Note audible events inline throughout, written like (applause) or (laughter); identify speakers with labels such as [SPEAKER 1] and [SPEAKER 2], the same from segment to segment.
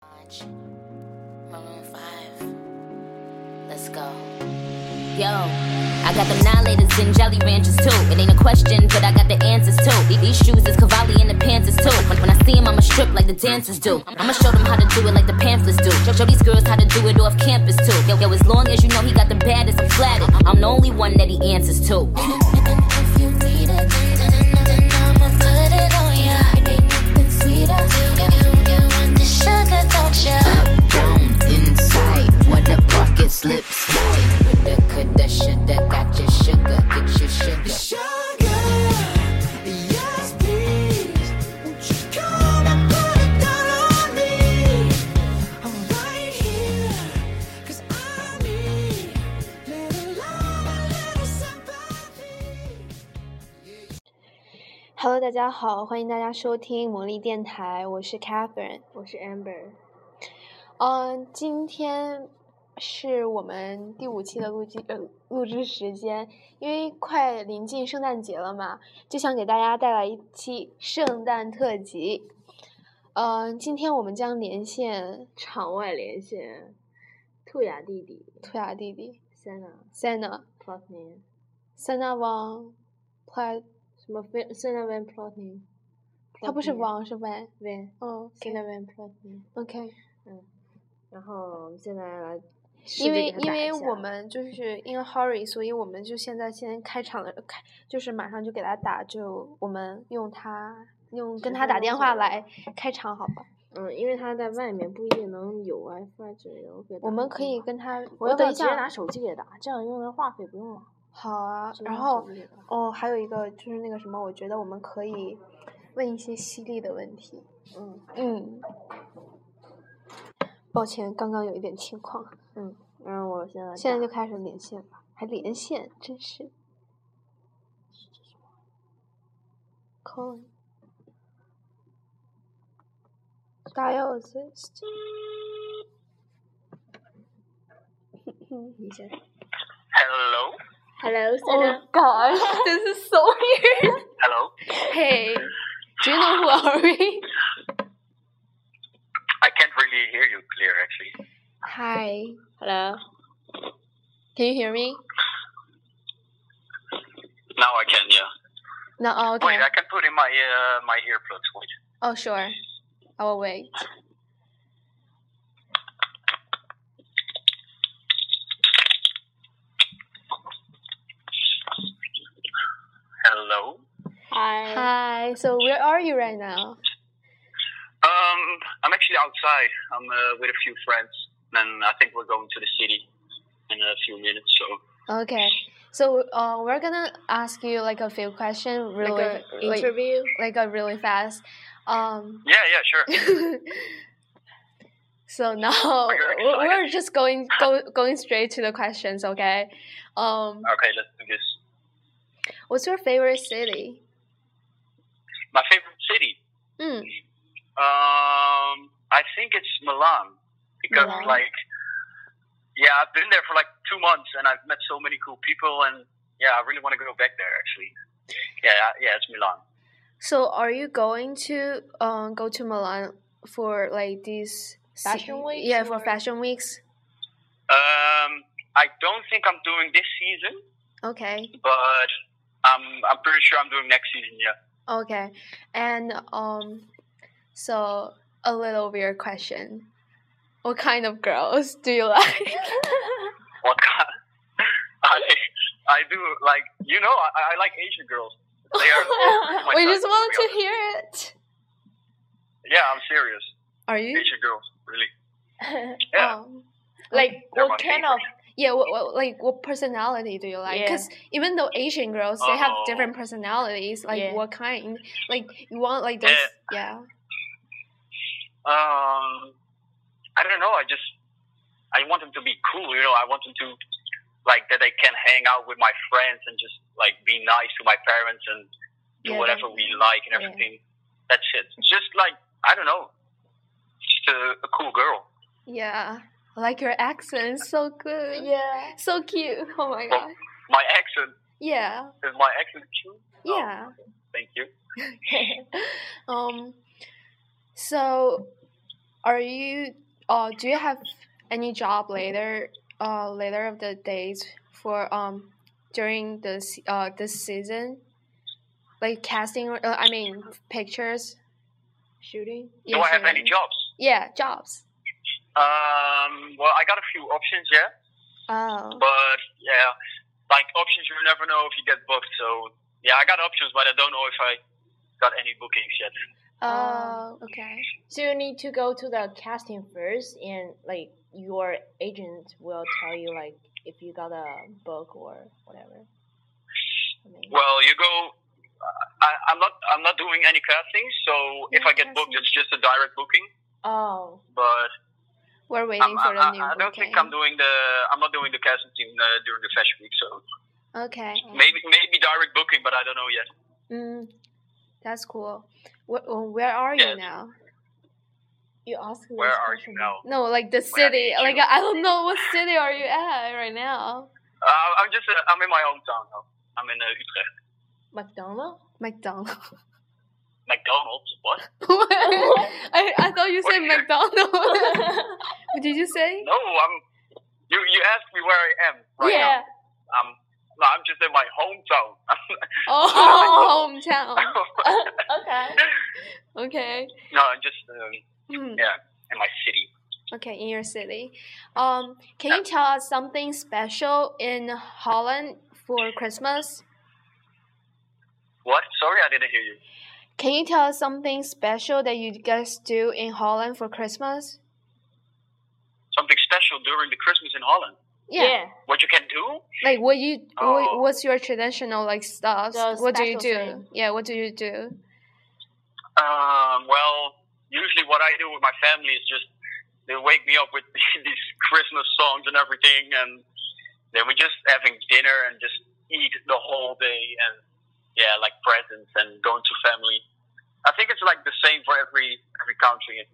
[SPEAKER 1] Savage, Maroon 5. Let's go. Yo, I got them Nihilators and Jolly Ranchers too. It ain't a question, but I got the answers too. These- These shoes is Cavalli and the pants is too. When, when I see 'em, I'ma strip like the dancers do. I'ma show them how to do it like the pamphlets do. Show, show these girls how to do it off campus too. Yo, yo, as long as you know he got the baddest, I'm flattered. I'm the only one that he answers to.
[SPEAKER 2] If you need it, then I'ma put it on ya. Ain't nothing sweeter. You, you want the sugar, don't ya?
[SPEAKER 1] down inside when the pocket slips by. With the coulda, shoulda, got your sugar, get your sugar.
[SPEAKER 3] Hello，大家好，欢迎大家收听魔力电台，我是 Catherine，我是 Amber。嗯，今天是我们第五期的录制呃录制时间，因为快临近圣诞节了嘛，就想给大家带来一期圣诞特辑。嗯，今天我们将连线
[SPEAKER 4] 场外连线，兔雅弟弟
[SPEAKER 3] 兔雅弟弟
[SPEAKER 4] Sana
[SPEAKER 3] Sana
[SPEAKER 4] Plotnin，
[SPEAKER 3] Sana Wang Pla，
[SPEAKER 4] 什么非 Sana Van Plotnin，
[SPEAKER 3] 他不是
[SPEAKER 4] Plotnin
[SPEAKER 3] 王是 Wan，
[SPEAKER 4] Van
[SPEAKER 3] 嗯
[SPEAKER 4] Sana Van Plotnin。
[SPEAKER 3] ，OK。
[SPEAKER 4] 然后我们现在来试着
[SPEAKER 3] 因为
[SPEAKER 4] 给他
[SPEAKER 3] 因
[SPEAKER 4] 打一
[SPEAKER 3] 为
[SPEAKER 4] 下，
[SPEAKER 3] 我们就是 in a hurry，所以我们就现在先开场了，开就是马上就给他打，就我们用他用跟
[SPEAKER 4] 十
[SPEAKER 3] 他
[SPEAKER 4] 分
[SPEAKER 3] 打
[SPEAKER 4] 钟
[SPEAKER 3] 电
[SPEAKER 4] 左
[SPEAKER 3] 话
[SPEAKER 4] 右
[SPEAKER 3] 来开场，好吧？
[SPEAKER 4] 嗯，因为他在外面不一定能有 WiFi 之类的，我给他
[SPEAKER 3] 我
[SPEAKER 4] 打
[SPEAKER 3] 们
[SPEAKER 4] 个
[SPEAKER 3] 可
[SPEAKER 4] 电
[SPEAKER 3] 以
[SPEAKER 4] 话
[SPEAKER 3] 跟他，
[SPEAKER 4] 我要不
[SPEAKER 3] 等
[SPEAKER 4] 要
[SPEAKER 3] 一
[SPEAKER 4] 直接拿
[SPEAKER 3] 下，
[SPEAKER 4] 手机给他？这样用的话费不用了。
[SPEAKER 3] 好啊
[SPEAKER 4] 直。接
[SPEAKER 3] 然
[SPEAKER 4] 拿
[SPEAKER 3] 后
[SPEAKER 4] 手机给他
[SPEAKER 3] 哦，还有一个就是那个什么，我觉得我们可以问一些犀利的问题。
[SPEAKER 4] 嗯 (laughs)
[SPEAKER 3] 嗯，抱歉，刚刚有一点情况，
[SPEAKER 4] 嗯，然后我现在
[SPEAKER 3] 现在
[SPEAKER 4] 打
[SPEAKER 3] 就开始连线吧，还连线，真是。Calling. Dial assist.
[SPEAKER 4] 一下
[SPEAKER 5] Hello.
[SPEAKER 4] Hello
[SPEAKER 3] Oh
[SPEAKER 4] Sana，
[SPEAKER 3] God, (laughs) this is so weird.
[SPEAKER 5] Hello.
[SPEAKER 3] (laughs) Hey, (laughs) do you know who are we?
[SPEAKER 5] I can't really hear you clear, actually.
[SPEAKER 3] Hi. Hello. Can you hear me?
[SPEAKER 5] Now I can, yeah.
[SPEAKER 3] No. Oh, okay.
[SPEAKER 5] Wait, I can put in my uh, my earplugs. Wait.
[SPEAKER 3] Oh, sure. I will wait.
[SPEAKER 5] Hello.
[SPEAKER 4] Hi，
[SPEAKER 3] Hi. So where are you right now?
[SPEAKER 5] Um, I'm actually outside. I'm uh, with a few friends, and I think we're going to the city in a few minutes. So
[SPEAKER 3] Okay. So uh, we're gonna ask you like a few questions really
[SPEAKER 4] like a
[SPEAKER 3] like,
[SPEAKER 4] interview。
[SPEAKER 3] like a really fast. Um, (laughs)
[SPEAKER 5] yeah, yeah, sure.
[SPEAKER 3] so now (laughs)
[SPEAKER 5] you're
[SPEAKER 3] we're- we're
[SPEAKER 5] excited.
[SPEAKER 3] just going go, going straight to the questions. Okay. Um,
[SPEAKER 5] (laughs) okay, let's do this.
[SPEAKER 3] what's your favorite city?
[SPEAKER 5] My favorite city.
[SPEAKER 3] Mm,
[SPEAKER 5] Um, I think it's Milan because
[SPEAKER 3] Milan.
[SPEAKER 5] like, yeah, I've been there for like two months, and I've met so many cool people, and yeah, I really want to go back there actually. Yeah, yeah, it's Milan.
[SPEAKER 3] so are you going to um, go to Milan for like these
[SPEAKER 4] Fashion weeks
[SPEAKER 3] Yeah, for
[SPEAKER 4] or-
[SPEAKER 3] fashion weeks.
[SPEAKER 5] Um, I don't think I'm doing this season,
[SPEAKER 3] Okay.
[SPEAKER 5] but I'm I'm pretty sure I'm doing next season. Yeah.
[SPEAKER 3] Okay, and um, so a little weird question. What kind of girls do you (laughs) like?
[SPEAKER 5] (laughs) What kind? (laughs) I I do like you know I, I like Asian girls. They
[SPEAKER 3] (laughs)
[SPEAKER 5] are my
[SPEAKER 3] we
[SPEAKER 5] type,
[SPEAKER 3] just want
[SPEAKER 5] be
[SPEAKER 3] to hear it.
[SPEAKER 5] honest. Yeah, I'm serious.
[SPEAKER 3] Are you?
[SPEAKER 5] Asian girls, really.
[SPEAKER 3] (laughs)
[SPEAKER 5] Yeah.
[SPEAKER 3] Um,
[SPEAKER 4] Like
[SPEAKER 5] They're
[SPEAKER 4] what
[SPEAKER 5] my
[SPEAKER 4] kind of
[SPEAKER 3] yeah. What, what like what personality do you like?
[SPEAKER 4] Yeah.
[SPEAKER 3] Because even though Asian girls they have
[SPEAKER 5] Oh.
[SPEAKER 3] different personalities. Like
[SPEAKER 4] Yeah.
[SPEAKER 3] what kind? Like you want like those? Yeah.
[SPEAKER 5] Um, I don't know. I just I want them to be cool. You know, I want them to like that they can hang out with my friends and just like be nice to my parents and do
[SPEAKER 4] Yeah,
[SPEAKER 5] whatever
[SPEAKER 4] that-
[SPEAKER 5] we like and
[SPEAKER 4] yeah.
[SPEAKER 5] everything. That's it. Just like I don't know, just a, a cool girl.
[SPEAKER 3] Yeah. Like your accent, so good.
[SPEAKER 4] yeah
[SPEAKER 3] So cute. Oh my
[SPEAKER 5] Well-
[SPEAKER 3] god.
[SPEAKER 5] My accent
[SPEAKER 3] Yeah.
[SPEAKER 5] is my accent cute. Oh,
[SPEAKER 3] Yeah.
[SPEAKER 5] thank you.
[SPEAKER 3] (laughs) um so are you Uh, do you have any job later? Uh, later of the days for um during this uh this season, like casting. Uh, I mean pictures.
[SPEAKER 4] Shooting?
[SPEAKER 5] Do I have any
[SPEAKER 3] shooting.
[SPEAKER 5] jobs?
[SPEAKER 3] Yeah, jobs.
[SPEAKER 5] Um, well, I got a few options, yeah.
[SPEAKER 3] Oh.
[SPEAKER 5] But yeah, like options, you never know if you get booked. So yeah, I got options, but I don't know if I got any bookings yet.
[SPEAKER 3] Oh. Okay.
[SPEAKER 4] So you need to go to the casting first, and like your agent will tell you like if you got a book or whatever. I mean,
[SPEAKER 5] Well, you go. I, I'm not. I'm not doing any castings. So if
[SPEAKER 4] No
[SPEAKER 5] I get booked,
[SPEAKER 4] casting.
[SPEAKER 5] it's just a direct booking.
[SPEAKER 4] oh,
[SPEAKER 5] But
[SPEAKER 3] We're waiting
[SPEAKER 5] I'm,
[SPEAKER 3] for the
[SPEAKER 5] I, I,
[SPEAKER 3] new
[SPEAKER 5] I don't think
[SPEAKER 3] booking.
[SPEAKER 5] I'm doing the. I'm not doing the casting team uh, during the fashion week. So
[SPEAKER 3] Okay.
[SPEAKER 5] maybe maybe direct booking, but I don't know yet.
[SPEAKER 3] Mm, that's cool. Where, where are you
[SPEAKER 5] Yes.
[SPEAKER 3] now?
[SPEAKER 4] you asked.
[SPEAKER 5] Where are you now?
[SPEAKER 3] No, like the
[SPEAKER 5] Where are
[SPEAKER 3] city.
[SPEAKER 5] you?
[SPEAKER 3] Like I don't know what city are you at right now.
[SPEAKER 5] Uh, I'm just. Uh, I'm in my hometown now. I'm in uh, Utrecht.
[SPEAKER 4] McDonald?
[SPEAKER 5] (laughs)
[SPEAKER 3] McDonald's.
[SPEAKER 5] McDonald's. What?
[SPEAKER 3] (laughs) I, I thought you said
[SPEAKER 5] Where? (laughs)
[SPEAKER 3] McDonald's. what did you say?
[SPEAKER 5] No, I'm. You you asked me where I am right
[SPEAKER 3] yeah.
[SPEAKER 5] now. I'm. Um, No, I'm just in my (laughs) hometown.
[SPEAKER 3] Oh, (laughs) hometown.
[SPEAKER 4] okay.
[SPEAKER 3] Okay.
[SPEAKER 5] no, I'm just um,
[SPEAKER 3] Hmm.
[SPEAKER 5] in my city.
[SPEAKER 3] Okay, in your city. Um, can you tell us something special in Holland for Christmas?
[SPEAKER 5] What? Sorry, I didn't hear you.
[SPEAKER 3] Can you tell us something special that you guys do in Holland for Christmas?
[SPEAKER 5] Something special during the Christmas in Holland.
[SPEAKER 3] Yeah.
[SPEAKER 5] What you can do?
[SPEAKER 3] Like what you what,
[SPEAKER 5] Oh.
[SPEAKER 3] what's your traditional like stuff?
[SPEAKER 4] The
[SPEAKER 3] What do you do?
[SPEAKER 4] special thing.
[SPEAKER 3] Yeah, what do you do?
[SPEAKER 5] Um, well, usually what I do with my family is just they wake me up with (laughs) these Christmas songs and everything, and then we're just having dinner and just eat the whole day, and yeah, like presents and going to family. I think it's like the same for every every country.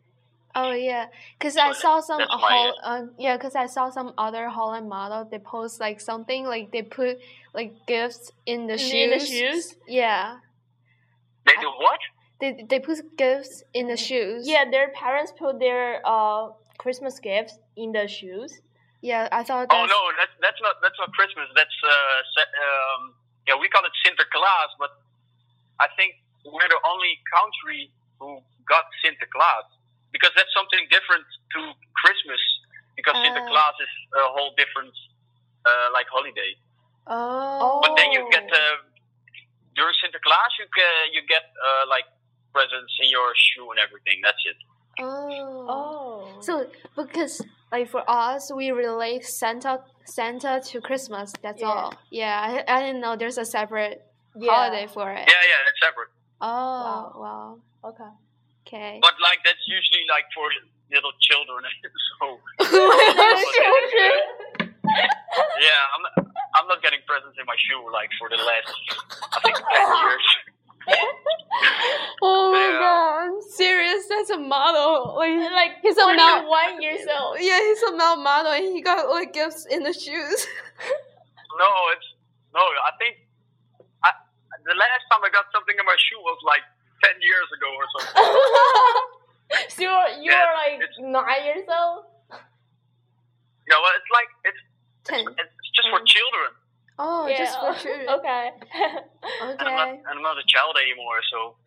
[SPEAKER 3] Oh yeah, cause I
[SPEAKER 5] But
[SPEAKER 3] saw some
[SPEAKER 5] that's
[SPEAKER 3] uh,
[SPEAKER 5] why
[SPEAKER 3] Hol- uh, yeah, cause I saw some other Holland model. They post like something like they put like gifts in the shoes.
[SPEAKER 4] In the shoes?
[SPEAKER 3] Yeah,
[SPEAKER 5] They do what?
[SPEAKER 3] they they put gifts in the shoes.
[SPEAKER 4] Yeah, their parents put their uh Christmas gifts in the shoes.
[SPEAKER 3] yeah. I thought.
[SPEAKER 5] Oh
[SPEAKER 3] that's-
[SPEAKER 5] no, that's that's not that's not Christmas. That's uh, se- um, yeah, we call it Sinterklaas, but I think we're the only country who got Sinterklaas because that's something different to Christmas because
[SPEAKER 3] Uh.
[SPEAKER 5] Sinterklaas is a whole different uh, like holiday.
[SPEAKER 3] Oh.
[SPEAKER 5] But then you get uh, during Sinterklaas you ca- you get uh, like presents in your shoe and everything. That's it.
[SPEAKER 3] Oh.
[SPEAKER 4] Oh.
[SPEAKER 3] So because like for us, we relate Santa Santa to Christmas. That's
[SPEAKER 4] Yeah.
[SPEAKER 3] all. Yeah, I, I didn't know there's a separate
[SPEAKER 4] yeah.
[SPEAKER 3] holiday for it.
[SPEAKER 5] Yeah, yeah, that's separate.
[SPEAKER 3] Oh wow. (laughs)
[SPEAKER 4] Okay.
[SPEAKER 3] Okay.
[SPEAKER 5] But like that's usually like for little children. (laughs) so. Yeah, I'm not, I'm not getting presents in my shoe like for the last I think
[SPEAKER 3] (laughs)
[SPEAKER 5] ten years.
[SPEAKER 3] oh my
[SPEAKER 5] Yeah.
[SPEAKER 3] god, I'm serious. That's a model. Like,
[SPEAKER 4] (laughs) like
[SPEAKER 3] he's a male.
[SPEAKER 4] one
[SPEAKER 3] (laughs)
[SPEAKER 4] years old.
[SPEAKER 3] Yeah, he's a male model, and he got like gifts in the shoes.
[SPEAKER 5] No, it's no. I think I, the last time I got something in my shoe was like ten years ago or something.
[SPEAKER 4] So you're, you're
[SPEAKER 5] Yeah,
[SPEAKER 4] like
[SPEAKER 5] it's-
[SPEAKER 4] nine years old.
[SPEAKER 5] No, well, it's like it's
[SPEAKER 3] Ten.
[SPEAKER 5] it's just
[SPEAKER 3] Mm.
[SPEAKER 5] for children,
[SPEAKER 3] Oh,
[SPEAKER 4] yeah.
[SPEAKER 3] just for (laughs) children.
[SPEAKER 4] (laughs) Okay.
[SPEAKER 5] and I'm not (laughs)
[SPEAKER 3] Okay.
[SPEAKER 5] and I'm not a child anymore. So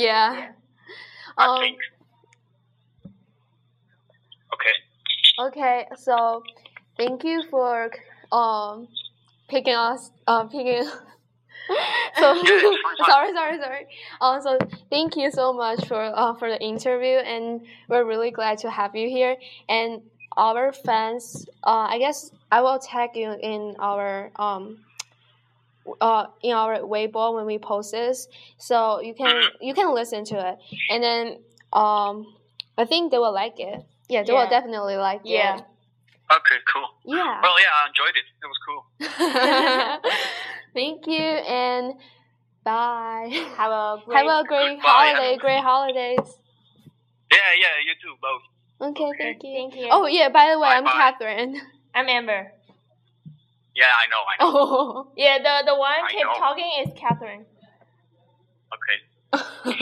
[SPEAKER 3] yeah.
[SPEAKER 5] I
[SPEAKER 3] Um.
[SPEAKER 5] think okay.
[SPEAKER 3] Okay. So, thank you for um picking us. Uh, picking. (laughs) so
[SPEAKER 5] Yeah, it's fine.
[SPEAKER 3] sorry, sorry, sorry. Um, so thank you so much for uh, for the interview, and we're really glad to have you here. And our fans, uh, I guess I will tag you in our um. Uh, in our Weibo when we post this, so you can you can listen to it, and then um, I think they will like it. Yeah, they will
[SPEAKER 4] Yeah.
[SPEAKER 3] definitely like
[SPEAKER 4] Yeah.
[SPEAKER 3] it.
[SPEAKER 5] Okay, cool.
[SPEAKER 3] Yeah.
[SPEAKER 5] Well, yeah, I enjoyed it. It was cool.
[SPEAKER 3] (laughs) Thank you and bye.
[SPEAKER 4] Have a great
[SPEAKER 3] (laughs) Have a
[SPEAKER 4] (laughs)
[SPEAKER 3] great
[SPEAKER 5] Goodbye.
[SPEAKER 3] holiday, great holidays.
[SPEAKER 5] Yeah, yeah, you too, both.
[SPEAKER 3] Okay, thank you.
[SPEAKER 4] Thank you.
[SPEAKER 3] Oh yeah, by the way, I'm
[SPEAKER 5] Bye-bye.
[SPEAKER 3] Catherine. (laughs)
[SPEAKER 4] I'm Amber.
[SPEAKER 5] Yeah, I know, I know.
[SPEAKER 3] Oh.
[SPEAKER 4] Yeah, the the one
[SPEAKER 5] I
[SPEAKER 4] keep
[SPEAKER 5] know.
[SPEAKER 4] talking is Catherine.
[SPEAKER 3] Oh.
[SPEAKER 5] Okay,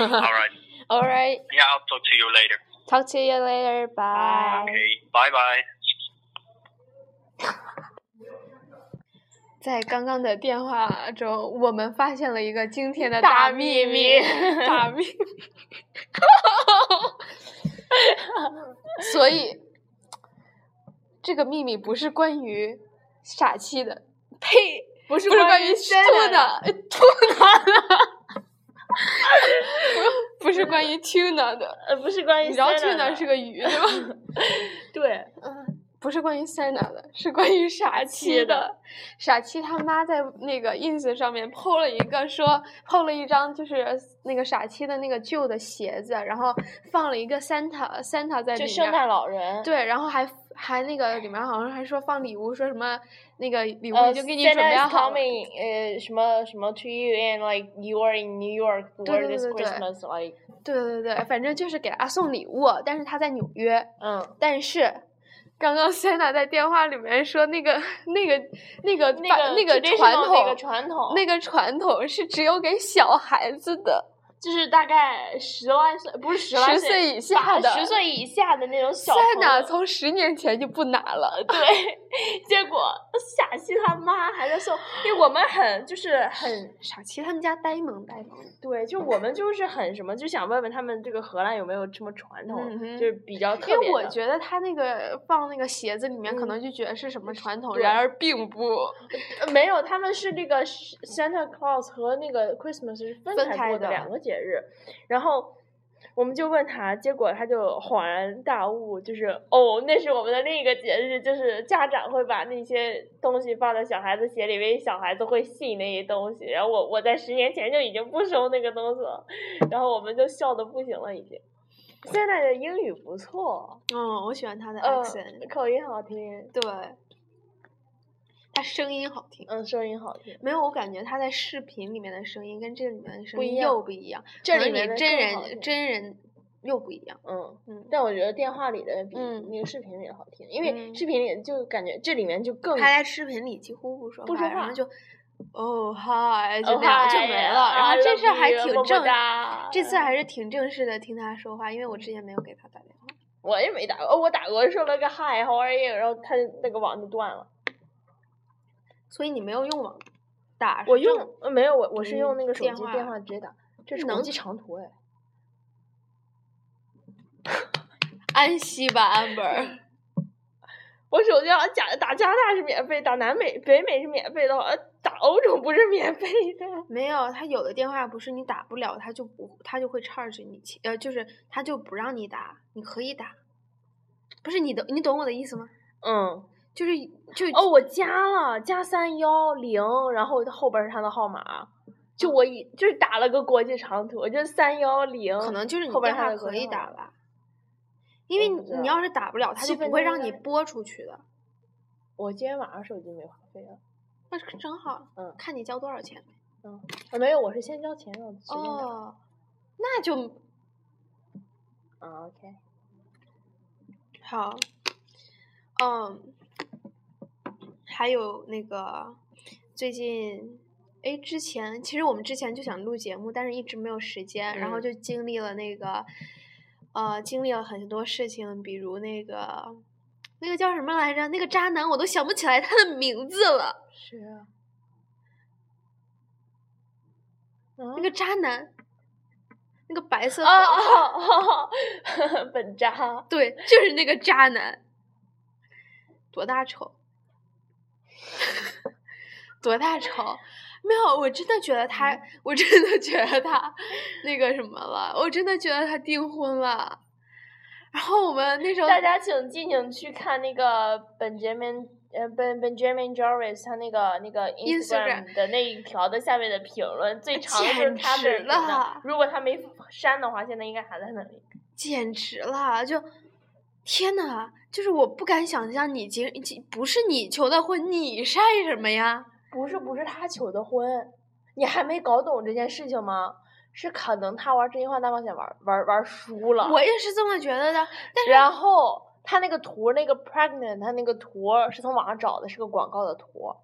[SPEAKER 5] all right.
[SPEAKER 3] (laughs) All right.
[SPEAKER 5] Yeah, I'll talk to you later.
[SPEAKER 3] Talk to you later. Bye.
[SPEAKER 5] Okay, bye bye.
[SPEAKER 3] 在刚刚的电话中，我们发现了一个惊天的
[SPEAKER 4] 大
[SPEAKER 3] 秘
[SPEAKER 4] 秘
[SPEAKER 3] 密，
[SPEAKER 4] 密
[SPEAKER 3] (laughs) 大秘密。所以，这个秘密不是关于傻气的，呸，
[SPEAKER 4] 不是
[SPEAKER 3] 不是关于
[SPEAKER 4] 真的，
[SPEAKER 3] 兔 (laughs) 的，兔的，不是关于 tuna 的。
[SPEAKER 4] 呃，Uh, 不是关于
[SPEAKER 3] 你知道
[SPEAKER 4] Senna 的
[SPEAKER 3] tuna 是个鱼对吧？
[SPEAKER 4] 对，
[SPEAKER 3] 不是关于 Senna 的，是关于傻
[SPEAKER 4] 气
[SPEAKER 3] 七
[SPEAKER 4] 的
[SPEAKER 3] 的。傻七他妈在那个 ins 上面 PO 了一个说，PO 了一张就是那个傻七的那个旧的鞋子，然后放了一个 Santa Santa 在里
[SPEAKER 4] 就
[SPEAKER 3] 面，
[SPEAKER 4] 圣诞老人，
[SPEAKER 3] 对，然后还还那个里面好像还说放礼物，说什么那个礼物
[SPEAKER 4] 呃，
[SPEAKER 3] 已经给你
[SPEAKER 4] Santa's
[SPEAKER 3] 准备好了。
[SPEAKER 4] coming，呃，什么什么 to you and like you are in New York
[SPEAKER 3] 对
[SPEAKER 4] for
[SPEAKER 3] 对
[SPEAKER 4] this
[SPEAKER 3] 对对
[SPEAKER 4] Christmas like，
[SPEAKER 3] 对对对，反正就是给他送礼物，但是他在纽约。
[SPEAKER 4] 嗯，
[SPEAKER 3] 但是刚刚 Santa 在电话里面说那个那个那个
[SPEAKER 4] 那
[SPEAKER 3] 把
[SPEAKER 4] 个
[SPEAKER 3] 那个
[SPEAKER 4] traditional
[SPEAKER 3] 传
[SPEAKER 4] 那个
[SPEAKER 3] 统
[SPEAKER 4] 传统，
[SPEAKER 3] 那个传统是只有给小孩子的，
[SPEAKER 4] 就是大概十来岁，不是十来
[SPEAKER 3] 十岁以下的。
[SPEAKER 4] 十岁以下的那种小朋
[SPEAKER 3] Santa
[SPEAKER 4] 友。
[SPEAKER 3] 从十年前就不拿了。 (laughs)
[SPEAKER 4] 对，结果傻西他妈还在送，因为我们很就是很
[SPEAKER 3] 傻琪他们家呆萌呆萌的，
[SPEAKER 4] 对，就我们就是很什么，就想问问他们这个荷兰有没有什么传统，
[SPEAKER 3] 嗯哼
[SPEAKER 4] 就是比较
[SPEAKER 3] 因
[SPEAKER 4] 特别的。
[SPEAKER 3] 为我觉得他那个放那个鞋子里面，可
[SPEAKER 4] 嗯
[SPEAKER 3] 能就觉得是什么传统，
[SPEAKER 4] 对
[SPEAKER 3] 然而并不。
[SPEAKER 4] 呃没有，他们是这个是 Santa Claus 和那个 Christmas 是分
[SPEAKER 3] 分
[SPEAKER 4] 开
[SPEAKER 3] 开
[SPEAKER 4] 过的
[SPEAKER 3] 的
[SPEAKER 4] 两个节日。然后我们就问他，结果他就恍然大悟，就是哦，那是我们的另一个节日，就是家长会把那些东西放在小孩子鞋里，因为小孩子会信那些东西。然后我我在十年前就已经不收那个东西了，然后我们就笑的不行了，已经。现在的英语不错，
[SPEAKER 3] 嗯，我喜欢他的
[SPEAKER 4] 嗯
[SPEAKER 3] accent，、，
[SPEAKER 4] 口音好听，
[SPEAKER 3] 对，他声音好听。
[SPEAKER 4] 嗯，声音好听。
[SPEAKER 3] 没有，我感觉他在视频里面的声音跟这里面的声
[SPEAKER 4] 不一
[SPEAKER 3] 音
[SPEAKER 4] 样
[SPEAKER 3] 又不一样，
[SPEAKER 4] 这
[SPEAKER 3] 可能
[SPEAKER 4] 里面
[SPEAKER 3] 你
[SPEAKER 4] 的
[SPEAKER 3] 真
[SPEAKER 4] 更好
[SPEAKER 3] 人
[SPEAKER 4] 听
[SPEAKER 3] 真人又不一样。
[SPEAKER 4] 嗯
[SPEAKER 3] 嗯，
[SPEAKER 4] 但我觉得电话里的比
[SPEAKER 3] 嗯
[SPEAKER 4] 那个视频里的好听，因为
[SPEAKER 3] 嗯
[SPEAKER 4] 视频里就感觉这里面就更
[SPEAKER 3] 他在视频里几乎不说
[SPEAKER 4] 嗯不说
[SPEAKER 3] 然
[SPEAKER 4] 话
[SPEAKER 3] 后就哦嗨就
[SPEAKER 4] 哦
[SPEAKER 3] 那样就
[SPEAKER 4] 嗨啊
[SPEAKER 3] 没了。然后
[SPEAKER 4] I
[SPEAKER 3] 这事
[SPEAKER 4] love
[SPEAKER 3] 还
[SPEAKER 4] you，
[SPEAKER 3] 挺
[SPEAKER 4] 么
[SPEAKER 3] 正
[SPEAKER 4] 么，哒
[SPEAKER 3] 这次还是挺正式的听他说话，因为我
[SPEAKER 4] 嗯
[SPEAKER 3] 之前没有给他打电话。
[SPEAKER 4] 我也没打过，哦，我打过说了个 Hi How are you，然后他那个网就断了。
[SPEAKER 3] 所以你没有用网打是
[SPEAKER 4] 我
[SPEAKER 3] 正
[SPEAKER 4] 用呃没有我我是
[SPEAKER 3] 嗯
[SPEAKER 4] 用那个手
[SPEAKER 3] 电
[SPEAKER 4] 机
[SPEAKER 3] 话
[SPEAKER 4] 电话直接打，这是国
[SPEAKER 3] 能
[SPEAKER 4] 际长途哎。
[SPEAKER 3] 安息吧，安
[SPEAKER 4] (laughs)
[SPEAKER 3] 本儿。
[SPEAKER 4] 我手机好像假打加拿大是免费，打南美北美是免费的，好像打欧洲不是免费的。
[SPEAKER 3] 没有，他有的电话不是你打不了，他就不他就会 charge 你钱，呃，就是他就不让你打，你可以打。不是你的，你懂我的意思吗？
[SPEAKER 4] 嗯，
[SPEAKER 3] 就是就
[SPEAKER 4] 哦，我加了加三幺零，然后后边儿是他的号码，就我以就是打了个国际长途，就是三幺零，
[SPEAKER 3] 可能就是你
[SPEAKER 4] 后边
[SPEAKER 3] 电
[SPEAKER 4] 儿他
[SPEAKER 3] 话
[SPEAKER 4] 的国
[SPEAKER 3] 可
[SPEAKER 4] 际
[SPEAKER 3] 以
[SPEAKER 4] 号
[SPEAKER 3] 打
[SPEAKER 4] 码
[SPEAKER 3] 吧，因为
[SPEAKER 4] 我不知
[SPEAKER 3] 你你
[SPEAKER 4] 道
[SPEAKER 3] 要是打不了，他
[SPEAKER 4] 七
[SPEAKER 3] 就
[SPEAKER 4] 分
[SPEAKER 3] 不会
[SPEAKER 4] 钟
[SPEAKER 3] 让你
[SPEAKER 4] 大概
[SPEAKER 3] 拨出去
[SPEAKER 4] 嗯
[SPEAKER 3] 的。
[SPEAKER 4] 我今天晚上手机没话费了，
[SPEAKER 3] 那是正好，
[SPEAKER 4] 嗯
[SPEAKER 3] 看你交多少钱呗。
[SPEAKER 4] 啊没有，我是先交钱让随便打。
[SPEAKER 3] 哦，那就
[SPEAKER 4] 啊，OK，
[SPEAKER 3] 好，嗯，还有那个最近，哎，之前其实我们之前就想录节目，但是一直没有时间，然后
[SPEAKER 4] 嗯
[SPEAKER 3] 就经历了那个，呃，经历了很多事情，比如那个那个叫什么来着？那个渣男我都想不起来他的名字了。
[SPEAKER 4] 是啊。
[SPEAKER 3] 那个渣男，那个白色头
[SPEAKER 4] 啊啊！本渣，
[SPEAKER 3] 对，就是那个渣男，多大仇， (laughs) 多大仇。没有，我真的觉得他，
[SPEAKER 4] 嗯
[SPEAKER 3] 我真的觉得他那个什么了，我真的觉得他订婚了。然后我们那时候，
[SPEAKER 4] 大家请敬请去看那个本杰明。呃，本 Benjamin Jarvis 他那个那个
[SPEAKER 3] Instagram
[SPEAKER 4] Instagram 的那一条的下面的评论最长的就是
[SPEAKER 3] 简
[SPEAKER 4] 他本
[SPEAKER 3] 直
[SPEAKER 4] 人的
[SPEAKER 3] 了，
[SPEAKER 4] 如果他没删的话，现在应该还在那里。
[SPEAKER 3] 简直了，就天呐，就是我不敢想象你结，结不是你求的婚，你晒什么呀？
[SPEAKER 4] 不是不是他求的婚，你还没搞懂这件事情吗？是可能他玩真心话大冒险玩玩玩输了，
[SPEAKER 3] 我也是这么觉得的，但是
[SPEAKER 4] 然后他那个图那个 pregnant 他那个图是从网上找的，是个广告的图，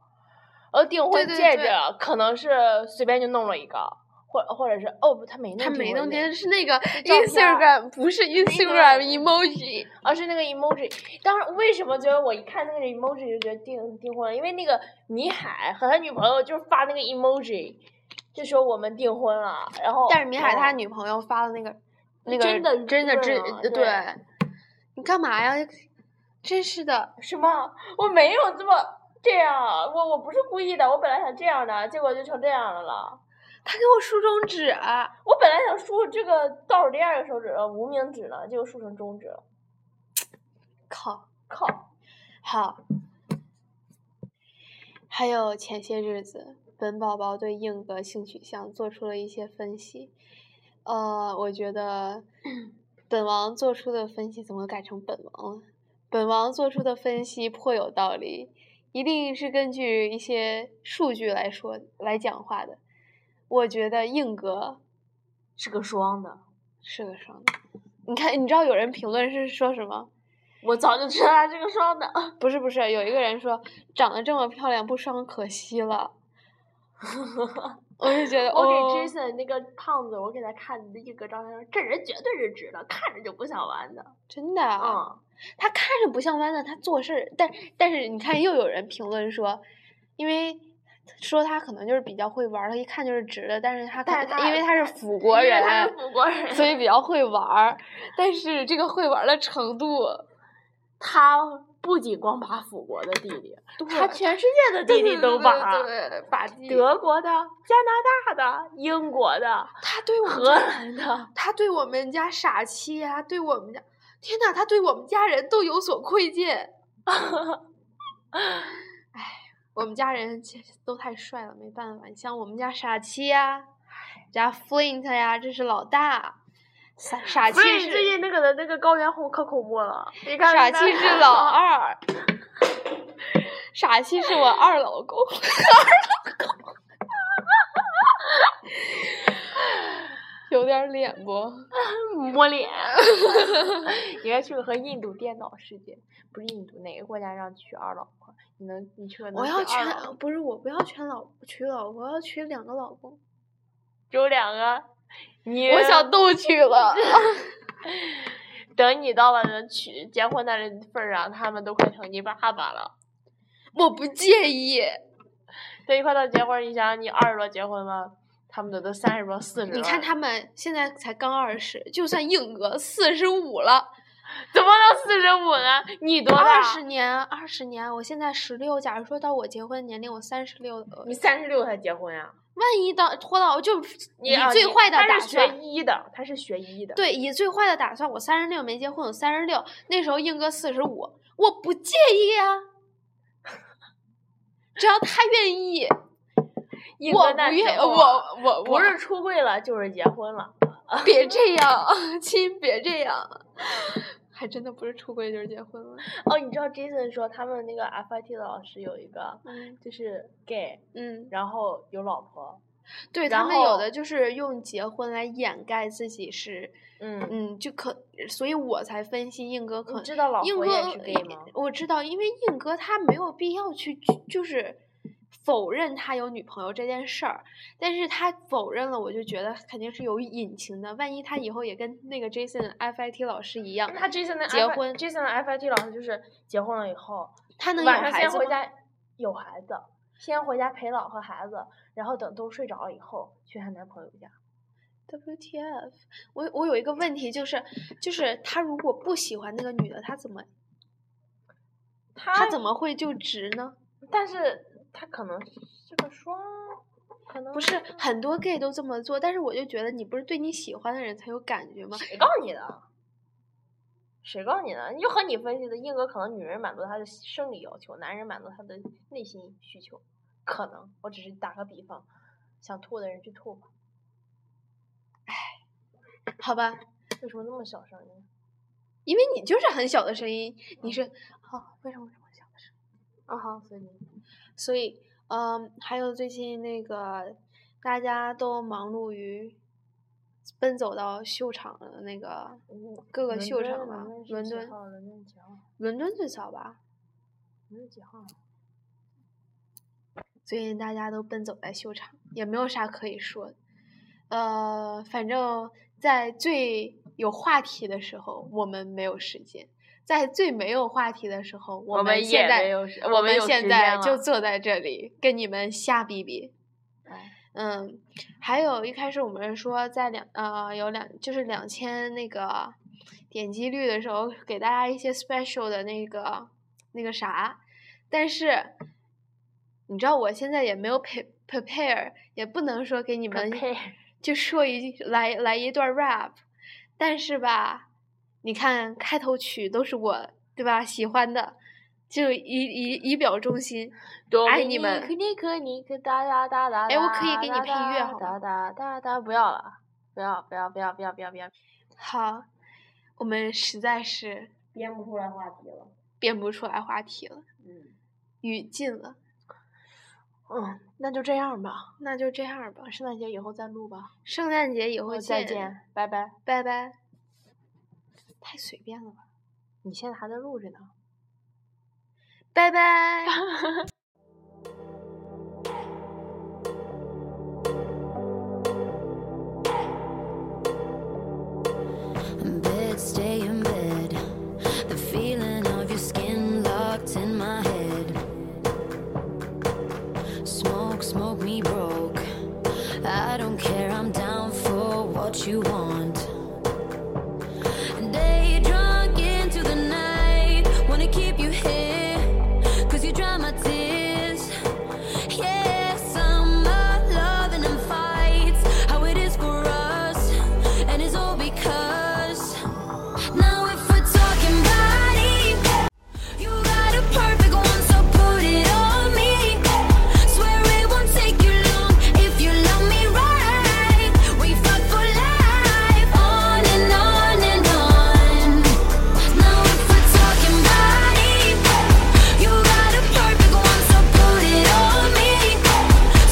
[SPEAKER 4] 而订婚
[SPEAKER 3] 对对
[SPEAKER 4] 戒指
[SPEAKER 3] 对
[SPEAKER 4] 可能是随便就弄了一个，或或者是哦不，他没弄
[SPEAKER 3] 他
[SPEAKER 4] 进
[SPEAKER 3] 没
[SPEAKER 4] 我
[SPEAKER 3] 弄
[SPEAKER 4] 里
[SPEAKER 3] 进，是那个
[SPEAKER 4] 照片
[SPEAKER 3] Instagram，不是 Instagram emoji。
[SPEAKER 4] 而是那个 emoji。当时为什么觉得我一看那个 emoji 就觉得订订婚了？因为那个倪海和他女朋友就是发那个 emoji，就说我们订婚了。然后，
[SPEAKER 3] 但是米海
[SPEAKER 4] 然后
[SPEAKER 3] 他女朋友发了那个那个
[SPEAKER 4] 哦真的
[SPEAKER 3] 真的
[SPEAKER 4] 润
[SPEAKER 3] 真
[SPEAKER 4] 了
[SPEAKER 3] 呃
[SPEAKER 4] 对
[SPEAKER 3] 对，你干嘛呀？真是的，
[SPEAKER 4] 什么？我没有这么这样，我我不是故意的，我本来想这样的，结果就成这样的了。
[SPEAKER 3] 他给我竖中指啊、
[SPEAKER 4] 我本来想竖这个倒数第二个手指，呃无名指呢，结果竖成中指了。
[SPEAKER 3] 靠，
[SPEAKER 4] 靠！
[SPEAKER 3] 好。还有前些日子，本宝宝对硬哥性取向做出了一些分析，呃，我觉得本王做出的分析怎么改成本王了？本王做出的分析颇有道理，一定是根据一些数据来说来讲话的。我觉得硬哥
[SPEAKER 4] 是个双的，
[SPEAKER 3] 是个双子。你看，你知道有人评论是说什么？
[SPEAKER 4] 我早就知道他是个双的。
[SPEAKER 3] 不是不是，有一个人说长得这么漂亮不双可惜了。我就觉得，
[SPEAKER 4] (laughs) 我给
[SPEAKER 3] 哦
[SPEAKER 4] Jason 那个胖子，我给他看那个照片，这人绝对是直的，看着就不像玩的。
[SPEAKER 3] 真的啊，
[SPEAKER 4] 嗯，
[SPEAKER 3] 他看着不像弯的，他做事儿，但但是你看，又有人评论说，因为说他可能就是比较会玩儿，他一看就是直的，但是他
[SPEAKER 4] 但
[SPEAKER 3] 看
[SPEAKER 4] 是他
[SPEAKER 3] 因为他是辅国
[SPEAKER 4] 因为
[SPEAKER 3] 人，
[SPEAKER 4] 他是辅国人，
[SPEAKER 3] 所以比较会玩儿，但是这个会玩儿的程度，
[SPEAKER 4] 他不仅光把辅国的弟弟，他
[SPEAKER 3] 对
[SPEAKER 4] 全世界的弟弟都把。
[SPEAKER 3] 对对把弟
[SPEAKER 4] 德国的、加拿大的、英国的、
[SPEAKER 3] 他对我们
[SPEAKER 4] 荷
[SPEAKER 3] 家
[SPEAKER 4] 兰的，
[SPEAKER 3] 他对我们家傻气呀、对我们家，天呐，他对我们家人都有所窥见。
[SPEAKER 4] (laughs)
[SPEAKER 3] 哎，我们家人其实都太帅了，没办法。你像我们家傻气呀、我们家 Flint 呀、这是老大。傻傻气
[SPEAKER 4] 所以哎最
[SPEAKER 3] 是
[SPEAKER 4] 近那个的那个高原红可恐怖了。你看
[SPEAKER 3] 傻
[SPEAKER 4] 那
[SPEAKER 3] 气是老二，傻气是我二
[SPEAKER 4] (laughs)
[SPEAKER 3] 老公。有点脸不？
[SPEAKER 4] 摸
[SPEAKER 3] (laughs)
[SPEAKER 4] 脸，应该去个和印度电脑世界，不是印度哪个国家让娶二老婆？你能你去个能
[SPEAKER 3] 我要
[SPEAKER 4] 娶
[SPEAKER 3] 全
[SPEAKER 4] 二老婆
[SPEAKER 3] 不是我不要全老娶老婆，我要娶两个老公。
[SPEAKER 4] 只有两个，你
[SPEAKER 3] 我想都娶了。 (laughs)
[SPEAKER 4] 等你到了娶结婚的份儿上，他们都快成你爸爸了。
[SPEAKER 3] 我不介意。
[SPEAKER 4] 等你快到结婚，你想想你二十多结婚吗？他们都都三十多、四十了。
[SPEAKER 3] 你看他们现在才刚二十，就算硬哥四十五 (laughs) 了，
[SPEAKER 4] 怎么能四十五呢？你多大？
[SPEAKER 3] 二十，年，二十年，我现在十六，假如说到我结婚年龄，我三十六，呃
[SPEAKER 4] 你三十六才结婚呀、
[SPEAKER 3] 万一到拖到就以
[SPEAKER 4] 啊
[SPEAKER 3] 最
[SPEAKER 4] 你
[SPEAKER 3] 坏的
[SPEAKER 4] 他
[SPEAKER 3] 打
[SPEAKER 4] 是学
[SPEAKER 3] 算。
[SPEAKER 4] 医的，他是学医的。
[SPEAKER 3] 对，以最坏的打算，我三十六没结婚，我三十六，那时候硬哥四十五，我不介意啊， (laughs) 只要他愿意，
[SPEAKER 4] 硬
[SPEAKER 3] 我
[SPEAKER 4] 跟那
[SPEAKER 3] 不愿，呃
[SPEAKER 4] 时候啊
[SPEAKER 3] 我我
[SPEAKER 4] 不
[SPEAKER 3] 我
[SPEAKER 4] 是出柜了，就是结婚了。
[SPEAKER 3] 别这样， (laughs) 亲，别这样。还真的不是出轨就是结婚了。
[SPEAKER 4] 哦，你知道 Jason 说他们那个 FIT 的老师有一个
[SPEAKER 3] 嗯
[SPEAKER 4] 就是 gay，
[SPEAKER 3] 嗯，
[SPEAKER 4] 然后有老婆。
[SPEAKER 3] 对
[SPEAKER 4] 然
[SPEAKER 3] 他们有
[SPEAKER 4] 后
[SPEAKER 3] 的就是用结婚来掩盖自己是，
[SPEAKER 4] 嗯，
[SPEAKER 3] 嗯，就可，所以我才分析硬哥可
[SPEAKER 4] 你知道老
[SPEAKER 3] 硬
[SPEAKER 4] 婆也
[SPEAKER 3] 哥
[SPEAKER 4] 是 gay 吗？
[SPEAKER 3] 我知道，因为硬哥他没有必要去就是否认他有女朋友这件事儿，但是他否认了，我就觉得肯定是有隐情的。万一他以后也跟那个 Jason FIT 老师一样，
[SPEAKER 4] 他 Jason 的
[SPEAKER 3] 结
[SPEAKER 4] FI
[SPEAKER 3] 婚
[SPEAKER 4] ，Jason 的 FIT 老师就是结婚了以后，
[SPEAKER 3] 他能有
[SPEAKER 4] 晚上
[SPEAKER 3] 孩
[SPEAKER 4] 先
[SPEAKER 3] 子
[SPEAKER 4] 回
[SPEAKER 3] 吗
[SPEAKER 4] 家有孩子，先回家陪老婆孩子，然后等都睡着了以后去她男朋友家。
[SPEAKER 3] WTF？我我有一个问题，就是就是他如果不喜欢那个女的，他怎么
[SPEAKER 4] 他
[SPEAKER 3] 他
[SPEAKER 4] 怎
[SPEAKER 3] 怎么会就直呢？
[SPEAKER 4] 但是他可能是个双，可能
[SPEAKER 3] 不是很多 gay 都这么做，但是我就觉得你不是对你喜欢的人才有感觉吗？
[SPEAKER 4] 谁告诉你的？谁告诉你的？你就和你分析的，硬哥可能女人满足他的生理要求，男人满足他的内心需求，可能。我只是打个比方，想吐的人去吐吧。
[SPEAKER 3] 好吧，
[SPEAKER 4] 为什么那么小声呢？
[SPEAKER 3] 因为你就是很小的声音，你是哦，为什么这么小的声
[SPEAKER 4] 啊哈，所以你
[SPEAKER 3] 音？所以，嗯，还有最近那个大家都忙碌于奔走到秀场的那个
[SPEAKER 4] 嗯
[SPEAKER 3] 各个
[SPEAKER 4] 伦
[SPEAKER 3] 秀
[SPEAKER 4] 敦
[SPEAKER 3] 场吧，伦
[SPEAKER 4] 伦敦是
[SPEAKER 3] 敦
[SPEAKER 4] 几号？伦敦几号？
[SPEAKER 3] 伦敦最早吧，
[SPEAKER 4] 伦敦几号？
[SPEAKER 3] 最近大家都奔走在秀场，也没有啥可以说的。呃，反正在最有话题的时候，我们没有时间；在最没有话题的时候，
[SPEAKER 4] 我们
[SPEAKER 3] 们现
[SPEAKER 4] 也
[SPEAKER 3] 在
[SPEAKER 4] 没有时我
[SPEAKER 3] 我
[SPEAKER 4] 们有时
[SPEAKER 3] 现
[SPEAKER 4] 间
[SPEAKER 3] 在
[SPEAKER 4] 了
[SPEAKER 3] 就坐在这里跟你们瞎逼逼。
[SPEAKER 4] 哎
[SPEAKER 3] 嗯，还有一开始我们说在两呃有两就是两千那个点击率的时候，给大家一些 special 的那个那个啥，但是你知道我现在也没有 pre prepare，也不能说给你们
[SPEAKER 4] Prepare
[SPEAKER 3] 就说一句来来一段 rap，但是吧，你看开头曲都是我对吧喜欢的，就以以以表忠心，
[SPEAKER 4] 多
[SPEAKER 3] 爱
[SPEAKER 4] 米
[SPEAKER 3] 你们
[SPEAKER 4] 尼克尼克尼克哒哒哒哒。
[SPEAKER 3] 哎我可以给你配乐好吗
[SPEAKER 4] 哒哒哒哒，不要了，不要不要不要不要不要不要。
[SPEAKER 3] 好，我们实在是
[SPEAKER 4] 编不出来话题了。
[SPEAKER 3] 编不出来话题了，
[SPEAKER 4] 嗯
[SPEAKER 3] 语尽了，
[SPEAKER 4] 嗯，那就这样吧。
[SPEAKER 3] 那就这样吧。
[SPEAKER 4] 圣诞节以后再录吧。
[SPEAKER 3] 圣诞节以后
[SPEAKER 4] 呃再见，拜拜。
[SPEAKER 3] 拜拜。太随便了吧，
[SPEAKER 4] 你现在还在录着呢。
[SPEAKER 3] 拜拜。
[SPEAKER 2] Bed, stay in bed. The feeling of your skin locked in my head. Smoke, smoke me broke. I don't care, I'm down for what you want. Day drunk into the night. Wanna keep you here, cause you dry my tears. Yeah, summer loving and fights. How it is for us, and it's all because. Now, if we're talking body, you got a perfect one, so put it on me. Swear it won't take you long if you love me right. We fuck for life, on and on and on. Now, if we're talking body, you got a perfect one, so put it on me.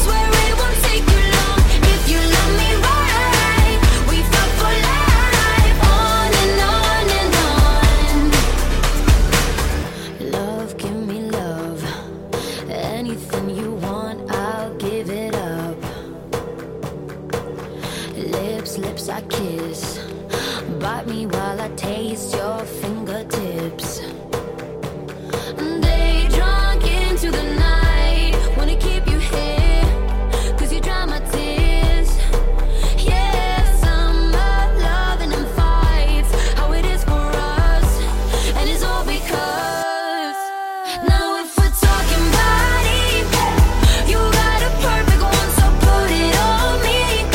[SPEAKER 2] Swear it won't take you long if you love me right. We fuck for life, on and on and on. Love, give me love. Anything you want, I'll give it up. Lips, lips, I kiss. Bite me while I taste your fingertips. Day drunk into the night. Wanna keep you here, cause you dry my tears. Yeah, summer loving and fights. How it is for us, and it's all because. Now, if we're talking body, you got a perfect one, so put it on me.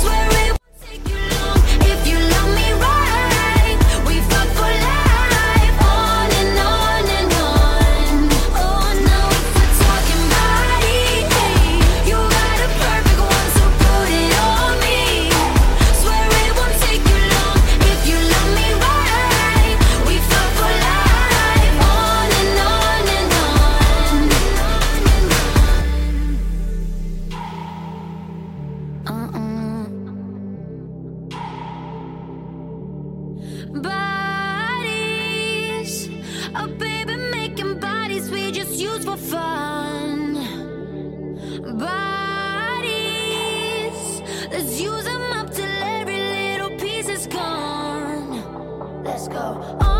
[SPEAKER 2] Swear it won't take you long if you love me right. We fuck for life, on and on and on. Oh, now if we're talking body, you got a perfect one, so put it on me. Swear it won't take you long if you love me right. We fuck for life, on and on and on. Uh-uh. bodies. Oh, baby, making bodies we just use for fun. Bodies, let's use them up till every little piece is gone. Let's go on. Oh, Oh,